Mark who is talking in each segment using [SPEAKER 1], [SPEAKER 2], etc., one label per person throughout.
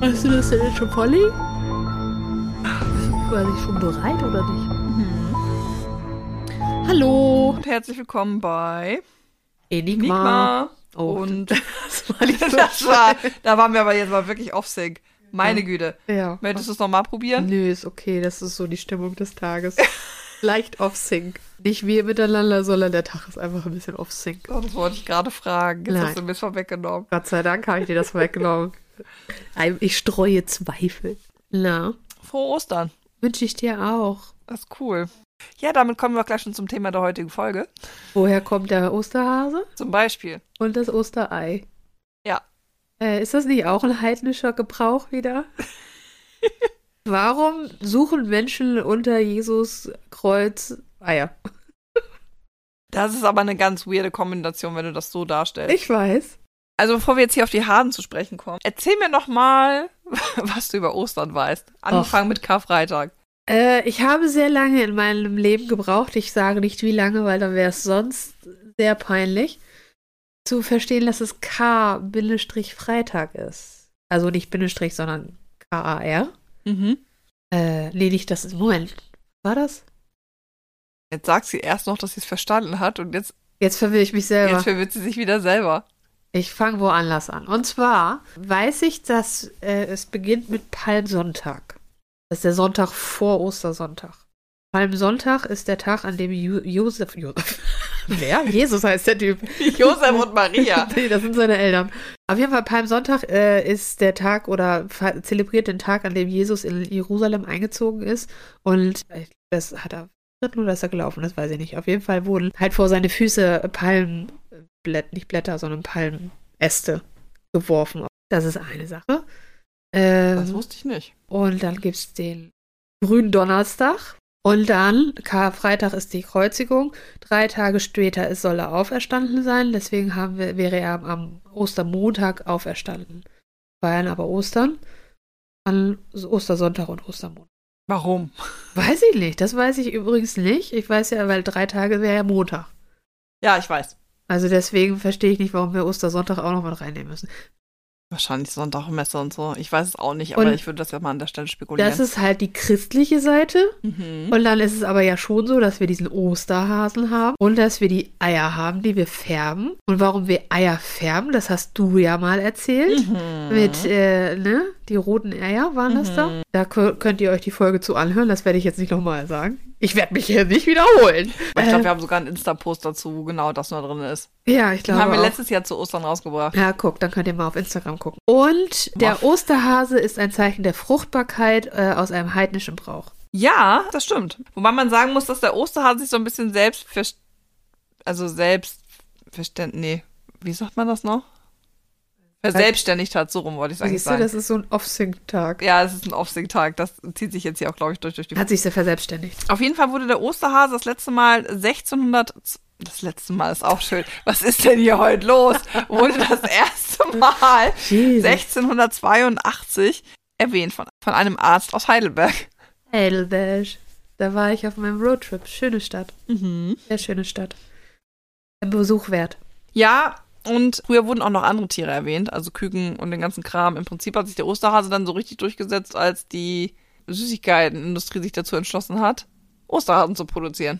[SPEAKER 1] Bist du denn schon Polly? War ich schon bereit oder nicht?
[SPEAKER 2] Hallo und herzlich willkommen bei Enigma.
[SPEAKER 1] Oh.
[SPEAKER 2] Und
[SPEAKER 1] Das war nicht so
[SPEAKER 2] das war, da waren wir aber jetzt mal wirklich off sync. Meine
[SPEAKER 1] Ja.
[SPEAKER 2] Güte.
[SPEAKER 1] Ja.
[SPEAKER 2] Möchtest du es nochmal probieren?
[SPEAKER 1] Nö, ist okay. Das ist so die Stimmung des Tages. Leicht off sync. Nicht wir miteinander, sondern der Tag ist einfach ein bisschen off sync.
[SPEAKER 2] Oh, das wollte ich gerade fragen. Jetzt
[SPEAKER 1] Nein.
[SPEAKER 2] hast du mir es vorweggenommen.
[SPEAKER 1] Gott sei Dank habe ich dir das weggenommen. Ein- Ich streue Zweifel. Na,
[SPEAKER 2] Frohe Ostern.
[SPEAKER 1] wünsche ich dir auch.
[SPEAKER 2] Das ist cool. Ja, damit kommen wir auch gleich schon zum Thema der heutigen Folge.
[SPEAKER 1] Woher kommt der Osterhase
[SPEAKER 2] Zum Beispiel.
[SPEAKER 1] und das Osterei?
[SPEAKER 2] Ja.
[SPEAKER 1] Äh, ist das nicht auch ein heidnischer Gebrauch wieder? Warum suchen Menschen unter Jesus Kreuz Eier?
[SPEAKER 2] Das ist aber eine ganz weirde Kombination, wenn du das so darstellst.
[SPEAKER 1] Ich weiß.
[SPEAKER 2] Also bevor wir jetzt hier auf die Hasen zu sprechen kommen, erzähl mir noch mal, was du über Ostern weißt. Angefangen mit Karfreitag.
[SPEAKER 1] Äh, ich habe sehr lange in meinem Leben gebraucht, ich sage nicht wie lange, weil dann wäre es sonst sehr peinlich, zu verstehen, dass es K-Freitag ist. Also nicht Bindestrich, sondern K-A-R.
[SPEAKER 2] Mhm.
[SPEAKER 1] Äh, nee, nicht das. Moment. War das?
[SPEAKER 2] Jetzt sagt sie erst noch, dass sie es verstanden hat und jetzt,
[SPEAKER 1] Jetzt verwirre ich mich selber.
[SPEAKER 2] jetzt verwirrt sie sich wieder selber.
[SPEAKER 1] Ich fange woanders an. Und zwar weiß ich, dass äh, es beginnt mit Palmsonntag. Das ist der Sonntag vor Ostersonntag. Palmsonntag ist der Tag, an dem Ju Josef, Josef, wer? Jesus heißt der Typ.
[SPEAKER 2] Josef und Maria.
[SPEAKER 1] Nee, das sind seine Eltern. Auf jeden Fall, Palmsonntag äh, ist der Tag oder fe- zelebriert den Tag, an dem Jesus in Jerusalem eingezogen ist. Und äh, das hat er dritten oder ist er gelaufen, das weiß ich nicht. Auf jeden Fall wurden halt vor seine Füße Palmblätter, nicht Blätter, sondern Palmäste geworfen. Das ist eine Sache.
[SPEAKER 2] Das
[SPEAKER 1] Ähm,
[SPEAKER 2] wusste ich nicht.
[SPEAKER 1] und dann gibt es den Gründonnerstag. Und dann, Karfreitag ist die Kreuzigung. Drei Tage später ist, soll er auferstanden sein. Deswegen haben wir, wäre er am Ostermontag auferstanden. Feiern aber Ostern an Ostersonntag und Ostermontag.
[SPEAKER 2] Warum?
[SPEAKER 1] Weiß ich nicht. Das weiß ich übrigens nicht. Ich weiß ja, weil drei Tage wäre ja Montag.
[SPEAKER 2] Ja, ich weiß.
[SPEAKER 1] Also deswegen verstehe ich nicht, warum wir Ostersonntag auch noch mit reinnehmen müssen.
[SPEAKER 2] Wahrscheinlich Sonntagmesse und so. Ich weiß es auch nicht, aber
[SPEAKER 1] Und
[SPEAKER 2] ich würde das ja mal an der Stelle spekulieren.
[SPEAKER 1] Das ist halt die christliche Seite.
[SPEAKER 2] mhm.
[SPEAKER 1] Und dann ist es aber ja schon so, dass wir diesen Osterhasen haben und dass wir die Eier haben, die wir färben. Und warum wir Eier färben, das hast du ja mal erzählt.
[SPEAKER 2] Mhm.
[SPEAKER 1] Mit, äh, ne? Die roten Eier waren das da. Da kö- könnt ihr euch die Folge zu anhören. Das werde ich jetzt nicht nochmal sagen. Ich werde mich hier nicht wiederholen.
[SPEAKER 2] Aber ich glaube,
[SPEAKER 1] Äh,
[SPEAKER 2] wir haben sogar einen Insta-Post dazu, wo genau das nur drin ist.
[SPEAKER 1] ja, ich
[SPEAKER 2] Den
[SPEAKER 1] glaube.
[SPEAKER 2] haben wir
[SPEAKER 1] auch.
[SPEAKER 2] letztes Jahr zu Ostern rausgebracht.
[SPEAKER 1] Ja, guck, dann könnt ihr mal auf Instagram gucken. Und der Osterhase ist ein Zeichen der Fruchtbarkeit äh, aus einem heidnischen Brauch.
[SPEAKER 2] Ja, das stimmt. Wobei man sagen muss, dass der Osterhase sich so ein bisschen selbst also selbst nee, wie sagt man das noch? Verselbstständigt hat, so rum wollte ich eigentlich
[SPEAKER 1] Siehst du,
[SPEAKER 2] sagen.
[SPEAKER 1] das ist so ein Off-Sync-Tag.
[SPEAKER 2] Ja, es ist ein Off-Sync-Tag, das zieht sich jetzt hier auch, glaube ich, durch, durch die
[SPEAKER 1] Hat sich sehr verselbstständigt.
[SPEAKER 2] Auf jeden Fall wurde der Osterhase das letzte Mal 1600 das letzte Mal ist auch schön. Was ist denn hier heute los? Wurde das erste Mal
[SPEAKER 1] Jesus.
[SPEAKER 2] 1682 erwähnt von, von einem Arzt aus Heidelberg.
[SPEAKER 1] Heidelberg. Da war ich auf meinem Roadtrip. Schöne Stadt. Sehr schöne Stadt. Ein Besuch wert.
[SPEAKER 2] Ja, und früher wurden auch noch andere Tiere erwähnt, also Küken und den ganzen Kram. Im Prinzip hat sich der Osterhase dann so richtig durchgesetzt, als die Süßigkeitenindustrie sich dazu entschlossen hat, Osterhasen zu produzieren.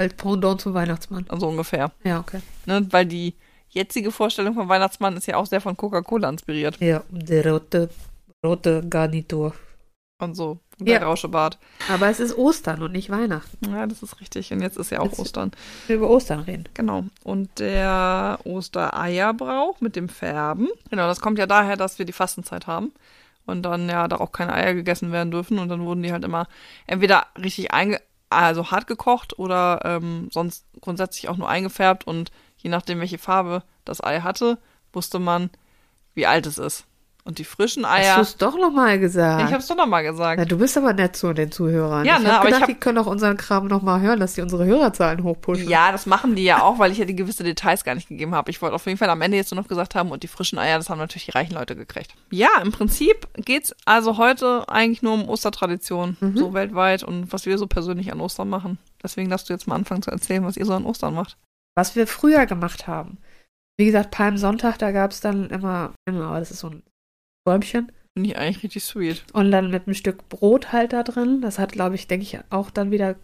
[SPEAKER 1] Als Pendant zum Weihnachtsmann.
[SPEAKER 2] Also ungefähr.
[SPEAKER 1] Ja, okay.
[SPEAKER 2] Ne? Weil die jetzige Vorstellung von Weihnachtsmann ist ja auch sehr von Coca-Cola inspiriert
[SPEAKER 1] Ja, die rote, rote Garnitur.
[SPEAKER 2] und so. Und der
[SPEAKER 1] Ja.
[SPEAKER 2] Rauschebart.
[SPEAKER 1] Aber es ist Ostern und nicht Weihnachten.
[SPEAKER 2] Ja, das ist richtig. Und jetzt ist ja auch
[SPEAKER 1] Jetzt-
[SPEAKER 2] Ostern.
[SPEAKER 1] Wir über Ostern reden.
[SPEAKER 2] Genau. Und der Ostereierbrauch mit dem Färben. Genau, das kommt ja daher, dass wir die Fastenzeit haben. Und dann ja da auch keine Eier gegessen werden dürfen. Und dann wurden die halt immer entweder richtig einge also hart gekocht oder ähm, sonst grundsätzlich auch nur eingefärbt. Und je nachdem, welche Farbe das Ei hatte, wusste man, wie alt es ist. Und die frischen
[SPEAKER 1] Hast
[SPEAKER 2] Eier.
[SPEAKER 1] du es doch nochmal gesagt?
[SPEAKER 2] Ich hab's doch nochmal
[SPEAKER 1] Na,
[SPEAKER 2] gesagt.
[SPEAKER 1] du bist aber nett zu den Zuhörern.
[SPEAKER 2] Ja,
[SPEAKER 1] ich
[SPEAKER 2] ne,
[SPEAKER 1] hab
[SPEAKER 2] aber ich
[SPEAKER 1] gedacht,
[SPEAKER 2] hab-
[SPEAKER 1] die können auch unseren Kram nochmal hören, dass die unsere Hörerzahlen hochpushen.
[SPEAKER 2] Ja, das machen die ja auch, weil ich ja die gewisse Details gar nicht gegeben habe. Ich wollte auf jeden Fall am Ende jetzt nur noch gesagt haben, und die frischen Eier, das haben natürlich die reichen Leute gekriegt. Ja, im Prinzip geht's also heute eigentlich nur um Ostertraditionen,
[SPEAKER 1] Mhm.
[SPEAKER 2] so weltweit und was wir so persönlich an Ostern machen. Deswegen darfst du jetzt mal anfangen zu erzählen, was ihr so an Ostern macht.
[SPEAKER 1] was wir früher gemacht haben. Wie gesagt, Palmsonntag, da gab es dann immer, immer, aber das ist so ein Bäumchen.
[SPEAKER 2] Finde ich eigentlich richtig sweet.
[SPEAKER 1] Und dann mit einem Stück Brot halt da drin. Das hat, glaube ich, denke ich, auch dann wieder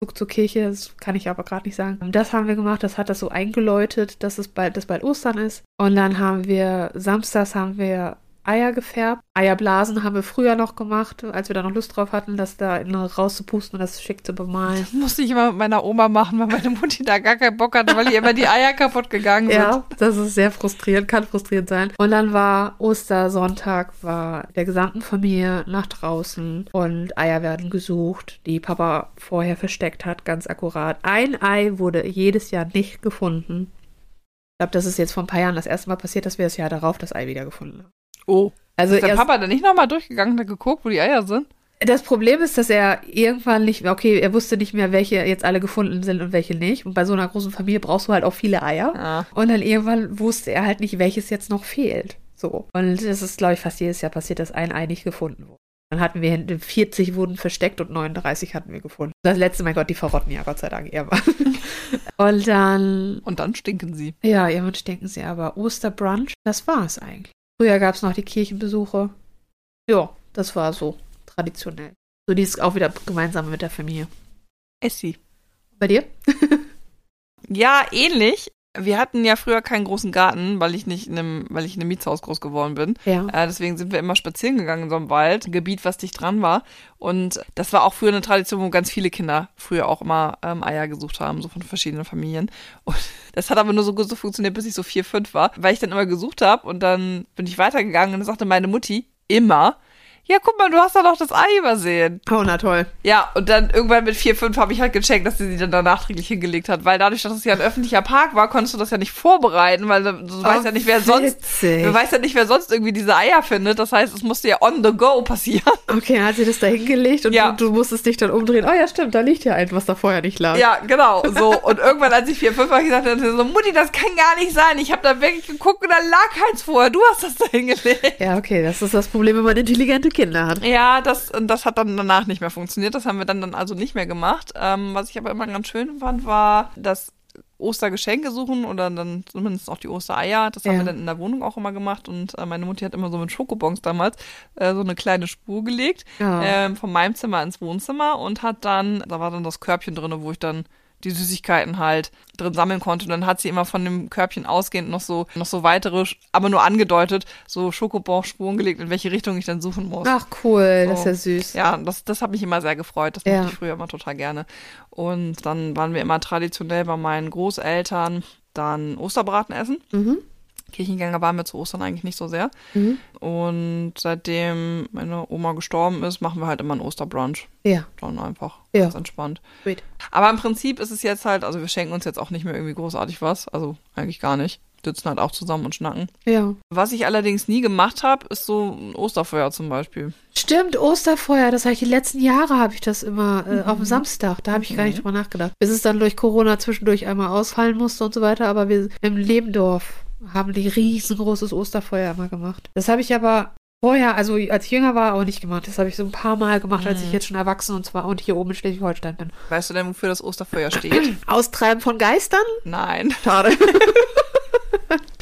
[SPEAKER 1] Bezug zur Kirche. Das kann ich aber gerade nicht sagen. Das haben wir gemacht. Das hat das so eingeläutet, dass es bald, dass bald Ostern ist. Und dann haben wir, samstags haben wir Eier gefärbt. Eierblasen haben wir früher noch gemacht, als wir da noch Lust drauf hatten, das da innen rauszupusten und das schick zu bemalen.
[SPEAKER 2] Das musste ich immer mit meiner Oma machen, weil meine Mutti da gar keinen Bock hatte, weil ihr immer die Eier kaputt gegangen
[SPEAKER 1] Ja, das ist sehr frustrierend, kann frustrierend sein. Und dann war Ostersonntag, war der gesamten Familie nach draußen und Eier werden gesucht, die Papa vorher versteckt hat, ganz akkurat. Ein Ei wurde jedes Jahr nicht gefunden. Ich glaube, das ist jetzt vor ein paar Jahren das erste Mal passiert, dass wir das Jahr darauf das Ei wieder gefunden haben.
[SPEAKER 2] wird. Oh.
[SPEAKER 1] Also
[SPEAKER 2] Ist der
[SPEAKER 1] erst-
[SPEAKER 2] Papa dann nicht nochmal durchgegangen und hat geguckt, wo die Eier sind?
[SPEAKER 1] Das Problem ist, dass er irgendwann nicht, okay, er wusste nicht mehr, welche jetzt alle gefunden sind und welche nicht. Und bei so einer großen Familie brauchst du halt auch viele Eier.
[SPEAKER 2] Ah.
[SPEAKER 1] Und dann irgendwann wusste er halt nicht, welches jetzt noch fehlt. So. Und es ist, glaube ich, fast jedes Jahr passiert, dass ein Ei nicht gefunden wurde. Dann hatten wir 40 wurden versteckt und 39 hatten wir gefunden. Das letzte, mein Gott, die verrotten ja, Gott sei Dank, irgendwann. und dann,
[SPEAKER 2] Und dann stinken sie.
[SPEAKER 1] ja, irgendwann denken sie aber, Osterbrunch, das war's eigentlich. Früher gab es noch die Kirchenbesuche. Ja, das war so traditionell. So, die ist auch wieder gemeinsam mit der Familie.
[SPEAKER 2] Essi.
[SPEAKER 1] Bei dir?
[SPEAKER 2] Ja, ähnlich. Wir hatten ja früher keinen großen Garten, weil ich nicht in einem, weil ich in einem Mietshaus groß geworden bin.
[SPEAKER 1] Ja.
[SPEAKER 2] Äh, deswegen sind wir immer spazieren gegangen in so einem Wald, ein Gebiet, was dicht dran war. Und das war auch früher eine Tradition, wo ganz viele Kinder früher auch immer ähm, Eier gesucht haben, so von verschiedenen Familien. Und das hat aber nur so gut so funktioniert, bis ich so vier, fünf war, weil ich dann immer gesucht habe und dann bin ich weitergegangen und dann sagte meine Mutti immer, ja, guck mal, du hast da noch das Ei übersehen.
[SPEAKER 1] Oh, na toll.
[SPEAKER 2] Ja, und dann irgendwann mit vier, fünf habe ich halt gecheckt, dass sie sie dann da nachträglich hingelegt hat, weil dadurch, dass es ja ein öffentlicher Park war, konntest du das ja nicht vorbereiten, weil du du weißt ja nicht, wer sonst,
[SPEAKER 1] witzig.
[SPEAKER 2] du weißt ja nicht, wer sonst irgendwie diese Eier findet. Das heißt, es musste ja on the go passieren.
[SPEAKER 1] Okay, dann hat sie das da hingelegt und
[SPEAKER 2] Ja.
[SPEAKER 1] du, du musstest dich dann umdrehen. Oh ja, stimmt, da liegt ja ein, was da vorher nicht lag.
[SPEAKER 2] Ja, genau. So und irgendwann, als ich vier, fünf war, gesagt habe, so Mutti, das kann gar nicht sein. Ich habe da wirklich geguckt und da lag keins vorher. Du hast das da hingelegt.
[SPEAKER 1] Ja, okay, das ist das Problem, wenn man intelligente Kinder hat.
[SPEAKER 2] Ja, das, und das hat dann danach nicht mehr funktioniert. Das haben wir dann, dann also nicht mehr gemacht. Ähm, was ich aber immer ganz schön fand, war das Ostergeschenke suchen oder dann zumindest auch die Ostereier. Das haben
[SPEAKER 1] Ja.
[SPEAKER 2] wir dann in der Wohnung auch immer gemacht. Und äh, meine Mutti hat immer so mit Schokobons damals äh, so eine kleine Spur gelegt
[SPEAKER 1] Ja.
[SPEAKER 2] ähm, von meinem Zimmer ins Wohnzimmer und hat dann, da war dann das Körbchen drin, wo ich dann die Süßigkeiten halt drin sammeln konnte. Und dann hat sie immer von dem Körbchen ausgehend noch so, noch so weitere, aber nur angedeutet, so Schokobon-Spuren gelegt, in welche Richtung ich dann suchen muss.
[SPEAKER 1] Ach cool, das ist ja
[SPEAKER 2] So.
[SPEAKER 1] süß.
[SPEAKER 2] Oh. Ja, das, das hat mich immer sehr gefreut. Das
[SPEAKER 1] Ja.
[SPEAKER 2] mochte ich früher immer total gerne. Und dann waren wir immer traditionell bei meinen Großeltern dann Osterbraten essen.
[SPEAKER 1] Mhm.
[SPEAKER 2] Kirchengänger waren wir zu Ostern eigentlich nicht so sehr.
[SPEAKER 1] Mhm.
[SPEAKER 2] Und seitdem meine Oma gestorben ist, machen wir halt immer einen Osterbrunch.
[SPEAKER 1] Ja,
[SPEAKER 2] Dann einfach
[SPEAKER 1] Ja.
[SPEAKER 2] ganz entspannt.
[SPEAKER 1] sweet.
[SPEAKER 2] Aber im Prinzip ist es jetzt halt, also wir schenken uns jetzt auch nicht mehr irgendwie großartig was. Also eigentlich gar nicht. Sitzen halt auch zusammen und schnacken.
[SPEAKER 1] Ja.
[SPEAKER 2] Was ich allerdings nie gemacht habe, ist so ein Osterfeuer zum Beispiel.
[SPEAKER 1] Stimmt, Osterfeuer, das habe ich die letzten Jahre habe ich das immer äh,
[SPEAKER 2] Mhm.
[SPEAKER 1] auf dem Samstag, da habe ich gar nicht drüber nachgedacht. Bis es dann durch Corona zwischendurch einmal ausfallen musste und so weiter, aber wir im Lebendorf haben die riesengroßes Osterfeuer immer gemacht. Das habe ich aber vorher, also als ich jünger war, auch nicht gemacht. Das habe ich so ein paar Mal gemacht, als
[SPEAKER 2] Mhm.
[SPEAKER 1] ich jetzt schon erwachsen und zwar und hier oben in Schleswig-Holstein bin.
[SPEAKER 2] Weißt du denn, wofür das Osterfeuer steht?
[SPEAKER 1] Austreiben von Geistern?
[SPEAKER 2] Nein.
[SPEAKER 1] Schade.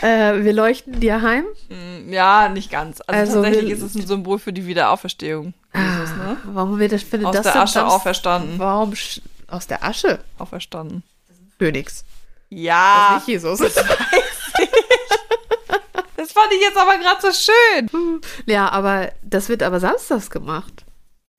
[SPEAKER 1] äh, wir leuchten dir heim.
[SPEAKER 2] Mm, Ja, nicht ganz. Also,
[SPEAKER 1] Also
[SPEAKER 2] tatsächlich
[SPEAKER 1] wir-
[SPEAKER 2] ist es ein Symbol für die Wiederauferstehung Jesus, ne?
[SPEAKER 1] Warum wir das finden
[SPEAKER 2] Aus
[SPEAKER 1] Also das
[SPEAKER 2] der
[SPEAKER 1] denn
[SPEAKER 2] Asche
[SPEAKER 1] sonst-
[SPEAKER 2] auferstanden.
[SPEAKER 1] Warum sch- aus der Asche?
[SPEAKER 2] Auferstanden.
[SPEAKER 1] Phönix. Das ist
[SPEAKER 2] Ja,
[SPEAKER 1] nicht Jesus.
[SPEAKER 2] das fand ich jetzt aber gerade so schön.
[SPEAKER 1] ja, aber das wird aber samstags gemacht.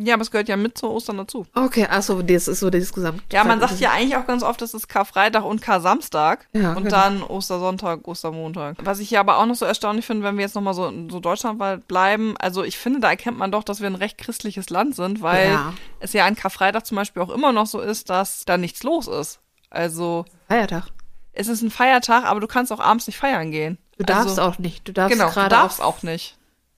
[SPEAKER 2] Ja, aber es gehört ja mit zu Ostern dazu.
[SPEAKER 1] Okay, achso, das ist so dieses Gesamt.
[SPEAKER 2] Ja, man sagt ja eigentlich auch ganz oft, es ist Karfreitag und Kar-Samstag
[SPEAKER 1] Ja,
[SPEAKER 2] und
[SPEAKER 1] genau.
[SPEAKER 2] dann Ostersonntag, Ostermontag. Was ich hier aber auch noch so erstaunlich finde, wenn wir jetzt nochmal so, so deutschlandweit bleiben, also ich finde, da erkennt man doch, dass wir ein recht christliches Land sind, weil
[SPEAKER 1] Ja.
[SPEAKER 2] es ja an Karfreitag zum Beispiel auch immer noch so ist, dass da nichts los ist. Also
[SPEAKER 1] Feiertag.
[SPEAKER 2] es ist ein Feiertag, aber du kannst auch abends nicht feiern gehen.
[SPEAKER 1] Du darfst
[SPEAKER 2] also,
[SPEAKER 1] auch nicht. Du darfst
[SPEAKER 2] Genau, du
[SPEAKER 1] gerade
[SPEAKER 2] darfst auch nicht.
[SPEAKER 1] auch.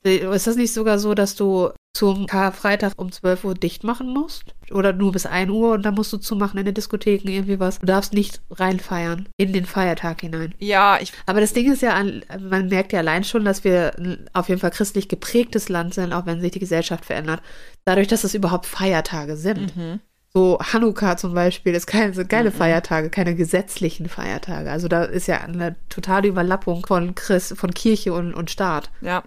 [SPEAKER 1] Ist das nicht sogar so, dass du zum Karfreitag um 12 Uhr dicht machen musst? Oder nur bis 1 Uhr und dann musst du zumachen in den Diskotheken irgendwie was. Du darfst nicht reinfeiern in den Feiertag hinein.
[SPEAKER 2] Ja, ich,
[SPEAKER 1] Aber das Ding ist ja, an- man merkt ja allein schon, dass wir ein auf jeden Fall christlich geprägtes Land sind, auch wenn sich die Gesellschaft verändert. Dadurch, dass es überhaupt Feiertage sind.
[SPEAKER 2] Mhm.
[SPEAKER 1] So Hanukkah zum Beispiel ist keine, sind keine Feiertage, keine gesetzlichen Feiertage. Also da ist ja eine totale Überlappung von Christ, von Kirche und, und Staat.
[SPEAKER 2] ja.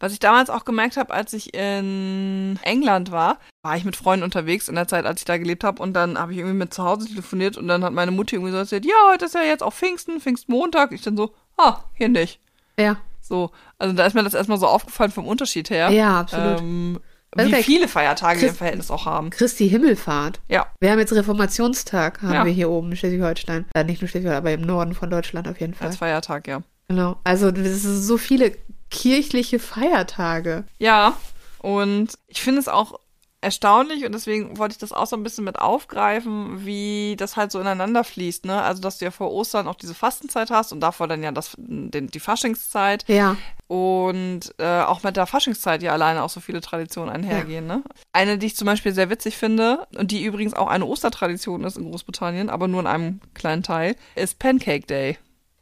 [SPEAKER 2] Was ich damals auch gemerkt habe, als ich in England war, war ich mit Freunden unterwegs in der Zeit, als ich da gelebt habe. Und dann habe ich irgendwie mit zu Hause telefoniert und dann hat meine Mutter irgendwie so erzählt, ja, heute ist ja jetzt auch Pfingsten, Pfingstmontag. Ich dann so, ah, hier nicht.
[SPEAKER 1] Ja,
[SPEAKER 2] So, also da ist mir das erstmal so aufgefallen vom Unterschied her.
[SPEAKER 1] ja, absolut.
[SPEAKER 2] Ähm,
[SPEAKER 1] Also
[SPEAKER 2] wie
[SPEAKER 1] der-
[SPEAKER 2] viele Feiertage wir im
[SPEAKER 1] Christ-
[SPEAKER 2] Verhältnis auch haben.
[SPEAKER 1] Christi Himmelfahrt.
[SPEAKER 2] Ja.
[SPEAKER 1] Wir haben jetzt Reformationstag, haben
[SPEAKER 2] Ja.
[SPEAKER 1] wir hier oben in Schleswig-Holstein. Äh, nicht nur Schleswig-Holstein, aber im Norden von Deutschland auf jeden Fall.
[SPEAKER 2] Als Feiertag, ja.
[SPEAKER 1] Genau. Also es sind so viele kirchliche Feiertage.
[SPEAKER 2] Ja, und ich finde es auch erstaunlich und deswegen wollte ich das auch so ein bisschen mit aufgreifen, wie das halt so ineinander fließt, ne? Also, dass du ja vor Ostern auch diese Fastenzeit hast und davor dann ja das, den, die Faschingszeit
[SPEAKER 1] Ja.
[SPEAKER 2] und äh, auch mit der Faschingszeit ja alleine auch so viele Traditionen einhergehen, ne? Eine, die ich zum Beispiel sehr witzig finde und die übrigens auch eine Ostertradition ist in Großbritannien, aber nur in einem kleinen Teil, ist Pancake Day.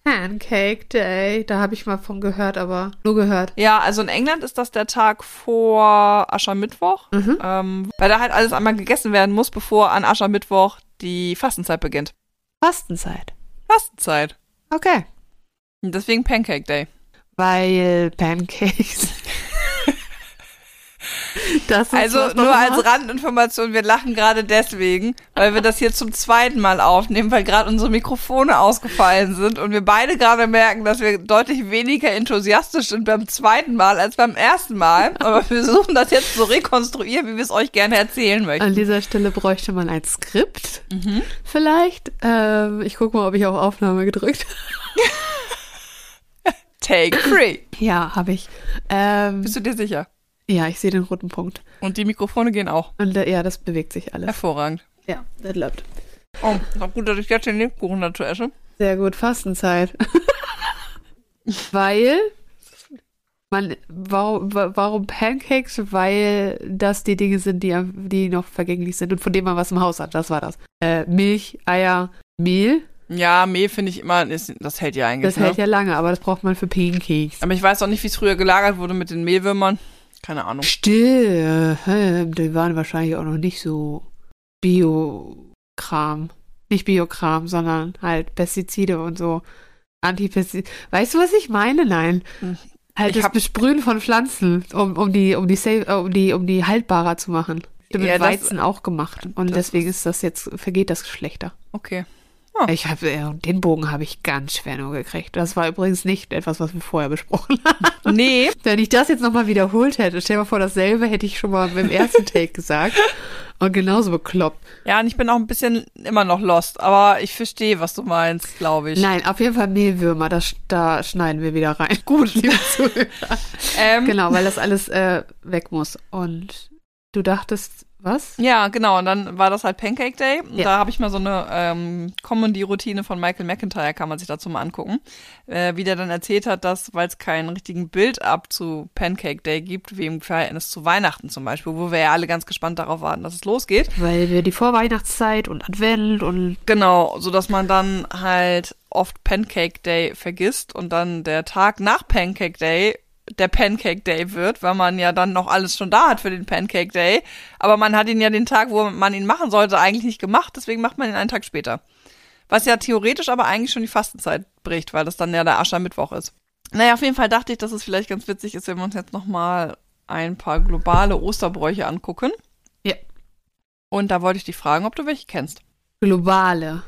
[SPEAKER 1] Pancake Day, da habe ich mal von gehört, aber nur gehört.
[SPEAKER 2] Ja, also in England ist das der Tag vor Aschermittwoch, ähm, weil da halt alles einmal gegessen werden muss, bevor an Aschermittwoch die Fastenzeit beginnt.
[SPEAKER 1] Fastenzeit.
[SPEAKER 2] Fastenzeit.
[SPEAKER 1] Okay.
[SPEAKER 2] Und deswegen Pancake Day.
[SPEAKER 1] Weil Pancakes. das ist
[SPEAKER 2] Also
[SPEAKER 1] was man
[SPEAKER 2] nur als
[SPEAKER 1] macht.
[SPEAKER 2] Randinformation, wir lachen gerade deswegen, weil wir das hier zum zweiten Mal aufnehmen, weil gerade unsere Mikrofone ausgefallen sind und wir beide gerade merken, dass wir deutlich weniger enthusiastisch sind beim zweiten Mal als beim ersten Mal. Aber wir versuchen das jetzt zu rekonstruieren, wie wir es euch gerne erzählen möchten.
[SPEAKER 1] An dieser Stelle bräuchte man ein Skript. Vielleicht. Ähm, ich gucke mal, ob ich auf Aufnahme gedrückt habe.
[SPEAKER 2] Take three.
[SPEAKER 1] Ja, habe ich. Ähm,
[SPEAKER 2] Bist du dir sicher?
[SPEAKER 1] ja, ich sehe den roten Punkt.
[SPEAKER 2] Und die Mikrofone gehen auch.
[SPEAKER 1] Und äh, ja, das bewegt sich alles.
[SPEAKER 2] Hervorragend.
[SPEAKER 1] Ja, das läuft.
[SPEAKER 2] Oh, ist auch gut, dass ich jetzt den Lebkuchen dazu esse.
[SPEAKER 1] Sehr gut, Fastenzeit. Weil man, warum, wa- warum Pancakes? Weil das die Dinge sind, die, am- die noch vergänglich sind und von denen man was im Haus hat. Das war das. Äh, Milch, Eier, Mehl.
[SPEAKER 2] Ja, Mehl finde ich immer, ist, das hält ja eigentlich. ne?
[SPEAKER 1] Das hält ja lange, aber das braucht man für Pancakes.
[SPEAKER 2] Aber ich weiß auch nicht, wie es früher gelagert wurde mit den Mehlwürmern. Keine Ahnung.
[SPEAKER 1] Stimmt, die waren wahrscheinlich auch noch nicht so Bio-Kram. Nicht Bio-Kram, sondern halt Pestizide und so. Antipestizide. Weißt du, was ich meine? Nein.
[SPEAKER 2] Hm.
[SPEAKER 1] Halt
[SPEAKER 2] Ich
[SPEAKER 1] das
[SPEAKER 2] hab-
[SPEAKER 1] Besprühen von Pflanzen, um, um, die, um, die safe, äh, um, die, um die haltbarer zu machen. Stimmt,
[SPEAKER 2] Ja,
[SPEAKER 1] mit
[SPEAKER 2] das-
[SPEAKER 1] Weizen auch gemacht. Und
[SPEAKER 2] das
[SPEAKER 1] deswegen ist das jetzt, vergeht das schlechter.
[SPEAKER 2] Okay.
[SPEAKER 1] Ich habe, äh, den Bogen habe ich ganz schwer nur gekriegt. Das war übrigens nicht etwas, was wir vorher besprochen haben.
[SPEAKER 2] Nee,
[SPEAKER 1] Wenn ich das jetzt nochmal wiederholt hätte, stell dir mal vor, dasselbe hätte ich schon mal beim ersten Take gesagt. Und genauso bekloppt.
[SPEAKER 2] ja, und ich bin auch ein bisschen immer noch lost, aber ich verstehe, was du meinst, glaube ich.
[SPEAKER 1] Nein, auf jeden Fall Mehlwürmer, das, sch- da schneiden wir wieder rein. Gut, liebe Zuhörer.
[SPEAKER 2] Ähm,
[SPEAKER 1] Genau, weil das alles äh, weg muss. Und du dachtest, was?
[SPEAKER 2] Ja, genau. Und dann war das halt Pancake Day. Und
[SPEAKER 1] Ja.
[SPEAKER 2] Da habe ich mal so eine ähm, Comedy-Routine von Michael McIntyre, kann man sich dazu mal angucken. Äh, wie der dann erzählt hat, dass, weil es keinen richtigen Build-up zu Pancake Day gibt, wie im Verhältnis zu Weihnachten zum Beispiel, wo wir ja alle ganz gespannt darauf warten, dass es losgeht.
[SPEAKER 1] Weil wir die Vorweihnachtszeit und Advent und
[SPEAKER 2] Genau, so dass man dann halt oft Pancake Day vergisst und dann der Tag nach Pancake Day der Pancake Day wird, weil man ja dann noch alles schon da hat für den Pancake Day. Aber man hat ihn ja den Tag, wo man ihn machen sollte, eigentlich nicht gemacht, deswegen macht man ihn einen Tag später. Was ja theoretisch aber eigentlich schon die Fastenzeit bricht, weil das dann ja der Aschermittwoch ist. Naja, auf jeden Fall dachte ich, dass es vielleicht ganz witzig ist, wenn wir uns jetzt nochmal ein paar globale Osterbräuche angucken.
[SPEAKER 1] Ja.
[SPEAKER 2] Und da wollte ich dich fragen, ob du welche kennst.
[SPEAKER 1] globale.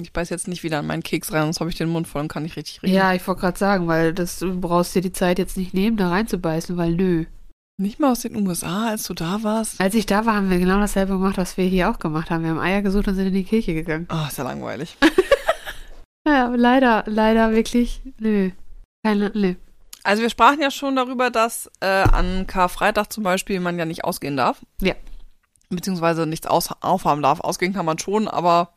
[SPEAKER 2] Ich beiß jetzt nicht wieder an meinen Keks rein, sonst habe ich den Mund voll und kann nicht richtig reden.
[SPEAKER 1] Ja, ich wollte gerade sagen, weil das, du brauchst dir die Zeit jetzt nicht nehmen, da reinzubeißen, weil nö.
[SPEAKER 2] Nicht mal aus den USA, als du da warst.
[SPEAKER 1] Als ich da war, haben wir genau dasselbe gemacht, was wir hier auch gemacht haben. Wir haben Eier gesucht und sind in die Kirche gegangen.
[SPEAKER 2] Ah, ist ja langweilig.
[SPEAKER 1] Ja, leider, leider wirklich, nö. Keine, nö.
[SPEAKER 2] Also wir sprachen ja schon darüber, dass äh, an Karfreitag zum Beispiel man ja nicht ausgehen darf.
[SPEAKER 1] Ja.
[SPEAKER 2] Beziehungsweise nichts aus aufhaben darf. Ausgehen kann man schon, aber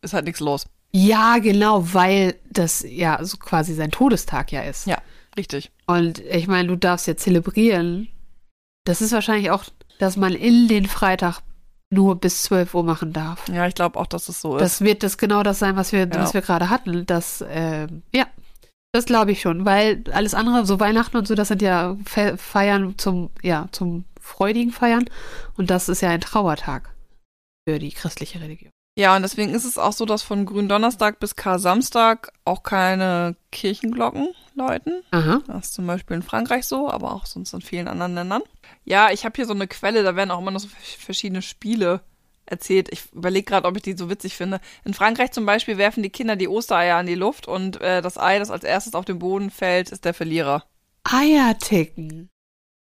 [SPEAKER 2] ist halt nichts los.
[SPEAKER 1] Ja, genau, weil das ja so quasi sein Todestag ja ist.
[SPEAKER 2] Ja, richtig.
[SPEAKER 1] Und ich meine, du darfst ja zelebrieren. Das ist wahrscheinlich auch, dass man in den Freitag nur bis 12 Uhr machen darf.
[SPEAKER 2] Ja, ich glaube auch, dass es so ist.
[SPEAKER 1] Das wird das genau das sein, was wir,
[SPEAKER 2] Ja.
[SPEAKER 1] was wir gerade hatten. Das, ähm, ja, das glaube ich schon, weil alles andere, so Weihnachten und so, das sind ja Fe Feiern zum, ja, zum freudigen Feiern und das ist ja ein Trauertag für die christliche Religion.
[SPEAKER 2] Ja, und deswegen ist es auch so, dass von Gründonnerstag bis Kar-Samstag auch keine Kirchenglocken läuten.
[SPEAKER 1] Aha.
[SPEAKER 2] Das ist zum Beispiel in Frankreich so, aber auch sonst in vielen anderen Ländern. Ja, ich habe hier so eine Quelle, da werden auch immer noch so verschiedene Spiele erzählt. Ich überlege gerade, ob ich die so witzig finde. In Frankreich zum Beispiel werfen die Kinder die Ostereier in die Luft und äh, das Ei, das als erstes auf den Boden fällt, ist der Verlierer.
[SPEAKER 1] Eierticken.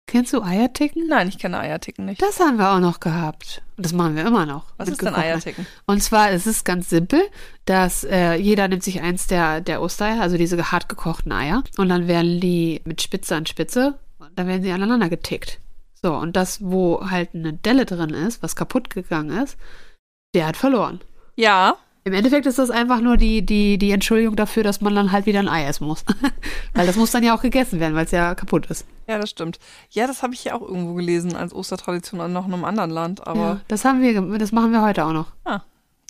[SPEAKER 1] Kennst du Eierticken?
[SPEAKER 2] Nein, ich kenne Eierticken nicht.
[SPEAKER 1] Das haben wir auch noch gehabt. Und das machen wir immer noch.
[SPEAKER 2] Was
[SPEAKER 1] mit
[SPEAKER 2] ist denn
[SPEAKER 1] gekochten Ei.
[SPEAKER 2] Eierticken?
[SPEAKER 1] Und zwar es ist es ganz simpel, dass äh, jeder nimmt sich eins der, der Ostereier, also diese hart gekochten Eier, und dann werden die mit Spitze an Spitze, und dann werden sie aneinander getickt. So, und das, wo halt eine Delle drin ist, was kaputt gegangen ist, der hat verloren.
[SPEAKER 2] Ja,
[SPEAKER 1] Im Endeffekt ist das einfach nur die, die, die Entschuldigung dafür, dass man dann halt wieder ein Ei essen muss. weil das muss dann ja auch gegessen werden, weil es ja kaputt ist.
[SPEAKER 2] ja, das stimmt. Ja, das habe ich hier auch irgendwo gelesen als Ostertradition an noch in einem anderen Land, aber
[SPEAKER 1] Ja, das haben wir, ge- das machen wir heute auch noch.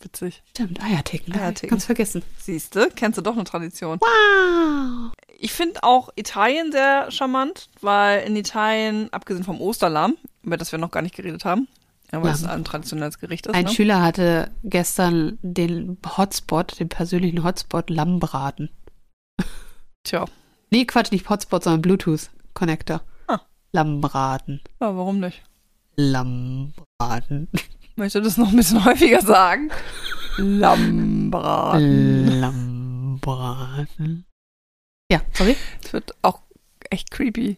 [SPEAKER 2] witzig.
[SPEAKER 1] Stimmt, Eierticken. ne?
[SPEAKER 2] Eierticken.
[SPEAKER 1] Ganz vergessen.
[SPEAKER 2] Siehste, kennst du doch eine Tradition.
[SPEAKER 1] Wow.
[SPEAKER 2] Ich finde auch Italien sehr charmant, weil in Italien, abgesehen vom Osterlamm, über das wir noch gar nicht geredet haben, aber
[SPEAKER 1] Ja.
[SPEAKER 2] es ein traditionelles Gericht ist,
[SPEAKER 1] Ein
[SPEAKER 2] ne?
[SPEAKER 1] Schüler hatte gestern den Hotspot, den persönlichen Hotspot Lammbraten.
[SPEAKER 2] Tja,
[SPEAKER 1] Nee, Quatsch, nicht Hotspot, sondern Bluetooth-Connector.
[SPEAKER 2] Ah.
[SPEAKER 1] Lammbraten.
[SPEAKER 2] ja, warum nicht?
[SPEAKER 1] Lammbraten.
[SPEAKER 2] Ich möchte das noch ein bisschen häufiger sagen. Lambra.
[SPEAKER 1] Äh. Lammbraten. Ja, sorry.
[SPEAKER 2] Das wird auch echt creepy.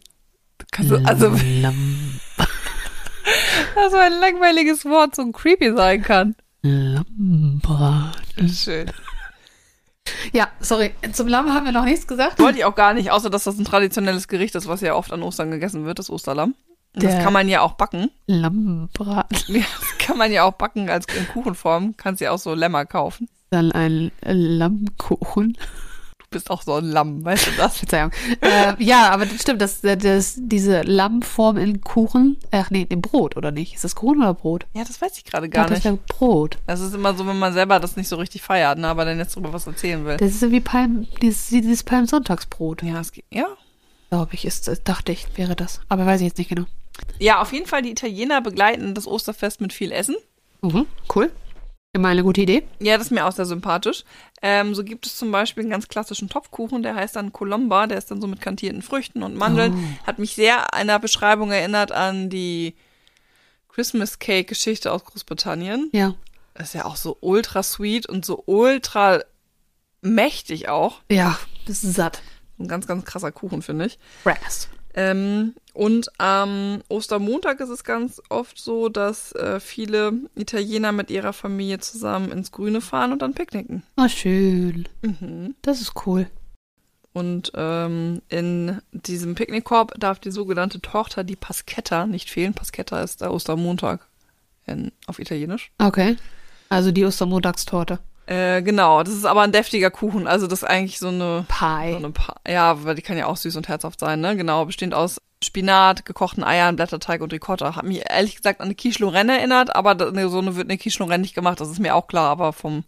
[SPEAKER 2] Kannst du, also,
[SPEAKER 1] Lamm,
[SPEAKER 2] dass so ein langweiliges Wort so creepy sein kann.
[SPEAKER 1] Lammbraten.
[SPEAKER 2] Schön.
[SPEAKER 1] Ja, sorry. Zum Lamm haben wir noch nichts gesagt.
[SPEAKER 2] Wollte ich auch gar nicht, außer dass das ein traditionelles Gericht ist, was ja oft an Ostern gegessen wird, das Osterlamm. Und das
[SPEAKER 1] Der-
[SPEAKER 2] kann man ja auch backen.
[SPEAKER 1] Lammbraten.
[SPEAKER 2] Ja, das kann man ja auch backen als in Kuchenform. Kannst ja auch so Lämmer kaufen.
[SPEAKER 1] Dann ein Lammkuchen.
[SPEAKER 2] Du bist auch so ein Lamm, weißt du das?
[SPEAKER 1] Verzeihung. Äh, ja, aber das stimmt, das, äh, das, diese Lammform in Kuchen, ach nee, im Brot, oder nicht? Ist das Kuchen oder Brot?
[SPEAKER 2] Ja, das weiß ich gerade
[SPEAKER 1] Ich
[SPEAKER 2] gar
[SPEAKER 1] dachte,
[SPEAKER 2] nicht.
[SPEAKER 1] Das wäre Brot.
[SPEAKER 2] Das ist immer so, wenn man selber das nicht so richtig feiert, ne, aber dann jetzt drüber was erzählen will.
[SPEAKER 1] Das ist irgendwie Palm, dieses, dieses Palmsonntagsbrot,
[SPEAKER 2] Ja, es geht, ja,
[SPEAKER 1] glaube ich, ist, äh, dachte ich, wäre das. Aber weiß ich jetzt nicht genau.
[SPEAKER 2] Ja, auf jeden Fall, die Italiener begleiten das Osterfest mit viel Essen.
[SPEAKER 1] Mhm, cool. Immer eine gute Idee.
[SPEAKER 2] Ja, das ist mir auch sehr sympathisch. Ähm, so gibt es zum Beispiel einen ganz klassischen Topfkuchen, der heißt dann Colomba, der ist dann so mit kantierten Früchten und Mandeln. Hat mich sehr einer Beschreibung erinnert an die Christmas Cake Geschichte aus Großbritannien.
[SPEAKER 1] Ja.
[SPEAKER 2] Das ist ja auch so ultra sweet und so ultra mächtig auch.
[SPEAKER 1] Ja, bist satt.
[SPEAKER 2] Ein ganz, ganz krasser Kuchen, finde ich.
[SPEAKER 1] Rest.
[SPEAKER 2] Ähm, und am Ostermontag ist es ganz oft so, dass äh, viele Italiener mit ihrer Familie zusammen ins Grüne fahren und dann picknicken.
[SPEAKER 1] Oh, schön.
[SPEAKER 2] Mhm.
[SPEAKER 1] Das ist cool.
[SPEAKER 2] Und ähm, in diesem Picknickkorb darf die sogenannte Tochter, die Paschetta, nicht fehlen. Paschetta ist der Ostermontag in, auf Italienisch.
[SPEAKER 1] Okay. Also die Ostermontagstorte.
[SPEAKER 2] Äh, genau, das ist aber ein deftiger Kuchen. Also das ist eigentlich so eine So
[SPEAKER 1] Pie.
[SPEAKER 2] eine pa ja, weil die kann ja auch süß und herzhaft sein, ne? Genau, bestehend aus Spinat, gekochten Eiern, Blätterteig und Ricotta. Hat mich ehrlich gesagt an eine Quiche Lorraine erinnert, aber da- ne, so eine wird eine Quiche Lorraine nicht gemacht, das ist mir auch klar, aber vom...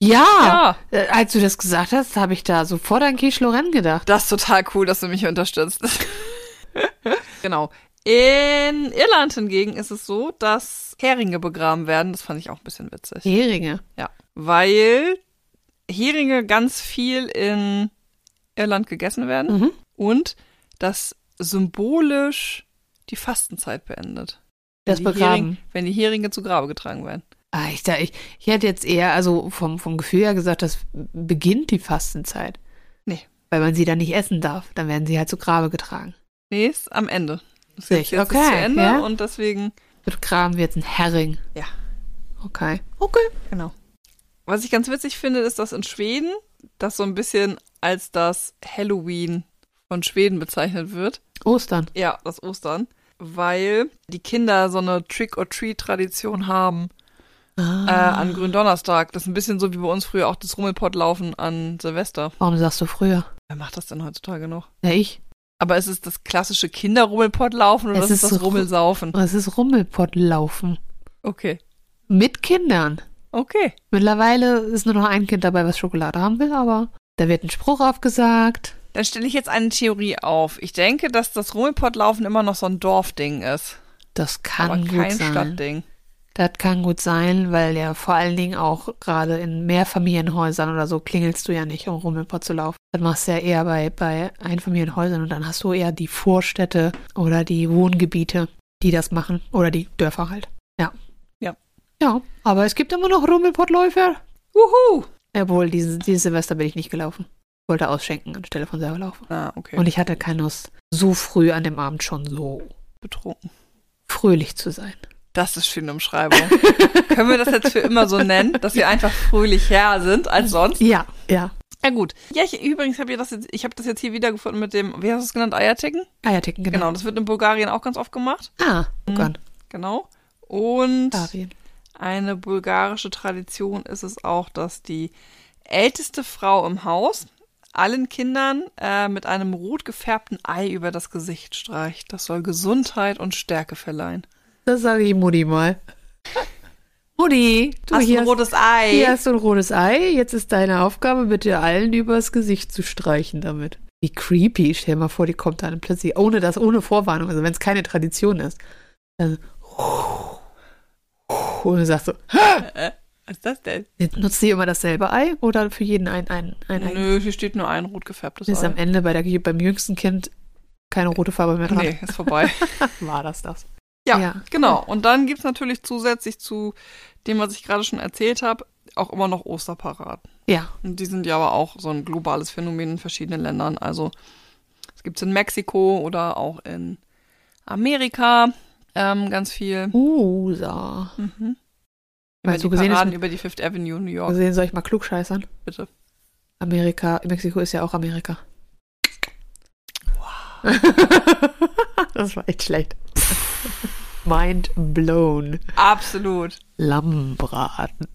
[SPEAKER 1] Ja.
[SPEAKER 2] Ja,
[SPEAKER 1] Äh, Als du das gesagt hast, habe ich da sofort an Quiche Lorraine gedacht.
[SPEAKER 2] das ist total cool, dass du mich hier unterstützt. genau. In Irland hingegen ist es so, dass Heringe begraben werden. Das fand ich auch ein bisschen witzig.
[SPEAKER 1] Heringe.
[SPEAKER 2] Ja, weil Heringe ganz viel in Irland gegessen werden
[SPEAKER 1] Mhm.
[SPEAKER 2] und das symbolisch die Fastenzeit beendet. Wenn
[SPEAKER 1] Das
[SPEAKER 2] die
[SPEAKER 1] Begraben.
[SPEAKER 2] Hering- wenn die Heringe zu Grabe getragen werden.
[SPEAKER 1] Ah, ich, da, ich, ich hätte jetzt eher, also vom, vom Gefühl her gesagt, das beginnt die Fastenzeit.
[SPEAKER 2] Nee.
[SPEAKER 1] Weil man sie dann nicht essen darf. Dann werden sie halt zu Grabe getragen.
[SPEAKER 2] Nee, ist am Ende. Ist
[SPEAKER 1] Sich,
[SPEAKER 2] jetzt, jetzt
[SPEAKER 1] okay,
[SPEAKER 2] ist zu Ende
[SPEAKER 1] ja.
[SPEAKER 2] und deswegen,
[SPEAKER 1] Begraben wir jetzt einen Hering.
[SPEAKER 2] Ja.
[SPEAKER 1] Okay. Okay.
[SPEAKER 2] genau. Was ich ganz witzig finde, ist, dass in Schweden das so ein bisschen als das Halloween von Schweden bezeichnet wird.
[SPEAKER 1] Ostern.
[SPEAKER 2] Ja, das Ostern. Weil die Kinder so eine Trick-or-Treat-Tradition haben äh,
[SPEAKER 1] Ah.
[SPEAKER 2] an Gründonnerstag. Das ist ein bisschen so wie bei uns früher auch das Rummelpottlaufen an Silvester.
[SPEAKER 1] Warum sagst du früher?
[SPEAKER 2] Wer macht das denn heutzutage noch?
[SPEAKER 1] Ja, ich.
[SPEAKER 2] Aber ist es das klassische Kinderrummelpottlaufen oder
[SPEAKER 1] Es
[SPEAKER 2] ist es
[SPEAKER 1] ist
[SPEAKER 2] das
[SPEAKER 1] so-
[SPEAKER 2] Rummelsaufen?
[SPEAKER 1] Es ist Rummelpottlaufen.
[SPEAKER 2] Okay.
[SPEAKER 1] Mit Kindern.
[SPEAKER 2] Okay.
[SPEAKER 1] Mittlerweile ist nur noch ein Kind dabei, was Schokolade haben will, aber da wird ein Spruch aufgesagt.
[SPEAKER 2] Dann stelle ich jetzt eine Theorie auf. Ich denke, dass das Rummelpottlaufen immer noch so ein Dorfding ist.
[SPEAKER 1] Das kann
[SPEAKER 2] aber
[SPEAKER 1] gut
[SPEAKER 2] kein
[SPEAKER 1] sein.
[SPEAKER 2] Stadtding.
[SPEAKER 1] Das kann gut sein, weil ja vor allen Dingen auch gerade in Mehrfamilienhäusern oder so klingelst du ja nicht, um Rummelpott zu laufen. Das machst du ja eher bei, bei Einfamilienhäusern und dann hast du eher die Vorstädte oder die Wohngebiete, die das machen. Oder die Dörfer halt. Ja.
[SPEAKER 2] Ja.
[SPEAKER 1] Ja, aber es gibt immer noch Rummelpottläufer.
[SPEAKER 2] Wuhu!
[SPEAKER 1] Obwohl, dieses, dieses Silvester bin ich nicht gelaufen. Ich wollte ausschenken anstelle von selber laufen.
[SPEAKER 2] Ah, okay.
[SPEAKER 1] Und ich hatte keine Lust, so früh an dem Abend schon so
[SPEAKER 2] betrunken.
[SPEAKER 1] fröhlich zu sein.
[SPEAKER 2] Das ist schöne Umschreibung. Können wir das jetzt für immer so nennen, dass wir einfach fröhlicher sind als sonst?
[SPEAKER 1] Ja, ja.
[SPEAKER 2] Ja gut. Ja, ich, übrigens habe ich das jetzt, ich habe das jetzt hier wiedergefunden mit dem, wie hast du es genannt, Eierticken?
[SPEAKER 1] Eierticken,
[SPEAKER 2] Genau,
[SPEAKER 1] genau.
[SPEAKER 2] das wird in Bulgarien auch ganz oft gemacht.
[SPEAKER 1] Ah, oh Gott.
[SPEAKER 2] Genau. Und
[SPEAKER 1] Darien.
[SPEAKER 2] eine bulgarische Tradition ist es auch, dass die älteste Frau im Haus allen Kindern äh, mit einem rot gefärbten Ei über das Gesicht streicht. Das soll Gesundheit und Stärke verleihen.
[SPEAKER 1] Das sage ich Mutti mal. Mutti, du
[SPEAKER 2] hast du
[SPEAKER 1] hier,
[SPEAKER 2] ein
[SPEAKER 1] hast,
[SPEAKER 2] rotes Ei?
[SPEAKER 1] hier hast du ein rotes Ei. Jetzt ist deine Aufgabe, bitte allen übers Gesicht zu streichen damit. Wie creepy. Stell dir mal vor, die kommt dann plötzlich ohne das, ohne Vorwarnung. Also wenn es keine Tradition ist. Dann und du sagst so,
[SPEAKER 2] Was ist das denn?
[SPEAKER 1] nutzt sie immer dasselbe Ei oder für jeden ein, ein, ein Ei?
[SPEAKER 2] Nö, hier steht nur ein rot gefärbtes
[SPEAKER 1] Ist am
[SPEAKER 2] Ei.
[SPEAKER 1] Ende bei der, beim jüngsten Kind keine rote Farbe mehr dran.
[SPEAKER 2] Nee, ist vorbei.
[SPEAKER 1] War das das?
[SPEAKER 2] Ja,
[SPEAKER 1] Ja.
[SPEAKER 2] genau. Und dann gibt's natürlich zusätzlich zu dem, was ich gerade schon erzählt habe, auch immer noch Osterparaden.
[SPEAKER 1] Ja.
[SPEAKER 2] Und die sind ja aber auch so ein globales Phänomen in verschiedenen Ländern. Also es gibt's in Mexiko oder auch in Amerika ähm, ganz viel.
[SPEAKER 1] Usa.
[SPEAKER 2] Mhm.
[SPEAKER 1] Weil
[SPEAKER 2] Über
[SPEAKER 1] so gesehen Also-
[SPEAKER 2] die
[SPEAKER 1] ist-
[SPEAKER 2] Paraden über die Fifth Avenue, New York,
[SPEAKER 1] Gesehen soll ich mal klugscheißern.
[SPEAKER 2] bitte.
[SPEAKER 1] Amerika, Mexiko ist ja auch Amerika. das war echt schlecht. Mind blown.
[SPEAKER 2] Absolut.
[SPEAKER 1] Lammbraten.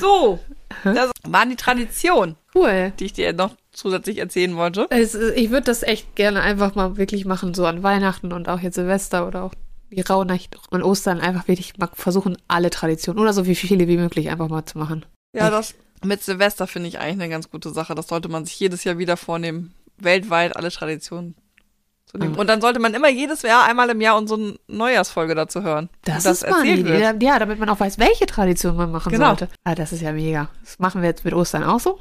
[SPEAKER 2] So, das waren die Traditionen,
[SPEAKER 1] Cool.
[SPEAKER 2] die ich dir noch zusätzlich erzählen wollte.
[SPEAKER 1] Es, ist- ich würde das echt gerne einfach mal wirklich machen, so an Weihnachten und auch jetzt Silvester oder auch die Rauhnacht und Ostern einfach wirklich mal versuchen, alle Traditionen oder so wie viele wie möglich einfach mal zu machen.
[SPEAKER 2] Ja, das mit Silvester finde ich eigentlich eine ganz gute Sache. Das sollte man sich jedes Jahr wieder vornehmen. Weltweit alle Traditionen zu nehmen.
[SPEAKER 1] Mhm.
[SPEAKER 2] Und dann sollte man immer jedes Jahr einmal im Jahr unsere Neujahrsfolge dazu hören.
[SPEAKER 1] Das,
[SPEAKER 2] wie
[SPEAKER 1] ist mal eine
[SPEAKER 2] erzählt
[SPEAKER 1] Idee.
[SPEAKER 2] wird.
[SPEAKER 1] Ja, damit man auch weiß, welche Tradition man machen
[SPEAKER 2] Genau.
[SPEAKER 1] sollte. Ah, das ist ja mega. Das machen wir jetzt mit Ostern auch so.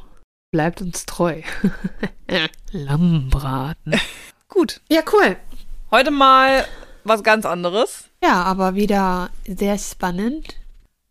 [SPEAKER 1] Bleibt uns treu. Lammbraten.
[SPEAKER 2] Gut.
[SPEAKER 1] Ja, cool.
[SPEAKER 2] Heute mal was ganz anderes.
[SPEAKER 1] Ja, aber wieder sehr spannend.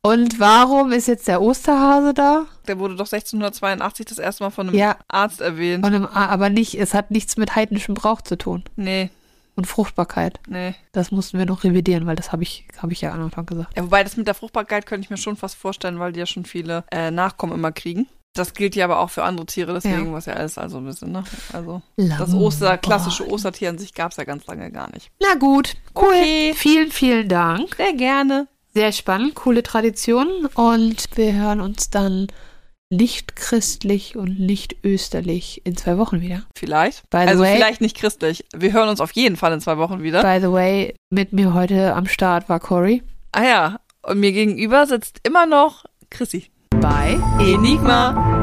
[SPEAKER 1] Und warum ist jetzt der Osterhase da?
[SPEAKER 2] Der wurde doch 1682 das erste Mal von einem
[SPEAKER 1] Ja,
[SPEAKER 2] Arzt erwähnt.
[SPEAKER 1] von einem, A- aber nicht, es hat nichts mit heidnischem Brauch zu tun
[SPEAKER 2] Nee,
[SPEAKER 1] und Fruchtbarkeit.
[SPEAKER 2] nee.
[SPEAKER 1] Das mussten wir noch revidieren, weil das habe ich, habe ich ja am Anfang gesagt.
[SPEAKER 2] Ja, wobei das mit der Fruchtbarkeit könnte ich mir schon fast vorstellen, weil die ja schon viele äh, Nachkommen immer kriegen. Das gilt ja aber auch für andere Tiere, deswegen was ja alles also ein bisschen, ne? Also das
[SPEAKER 1] Ähm,
[SPEAKER 2] Oster,
[SPEAKER 1] oh.
[SPEAKER 2] klassische Ostertier an sich gab es ja ganz lange gar nicht.
[SPEAKER 1] Na gut, cool.
[SPEAKER 2] Okay.
[SPEAKER 1] Vielen, vielen Dank.
[SPEAKER 2] Sehr gerne.
[SPEAKER 1] Sehr spannend, coole Tradition und wir hören uns dann nicht christlich und nicht österlich in zwei Wochen wieder.
[SPEAKER 2] Vielleicht.
[SPEAKER 1] By the
[SPEAKER 2] also
[SPEAKER 1] way-
[SPEAKER 2] vielleicht nicht christlich. Wir hören uns auf jeden Fall in zwei Wochen wieder.
[SPEAKER 1] By the way, mit mir heute am Start war Cory.
[SPEAKER 2] ah ja, und mir gegenüber sitzt immer noch Chrissy.
[SPEAKER 1] Bye.
[SPEAKER 2] Enigma.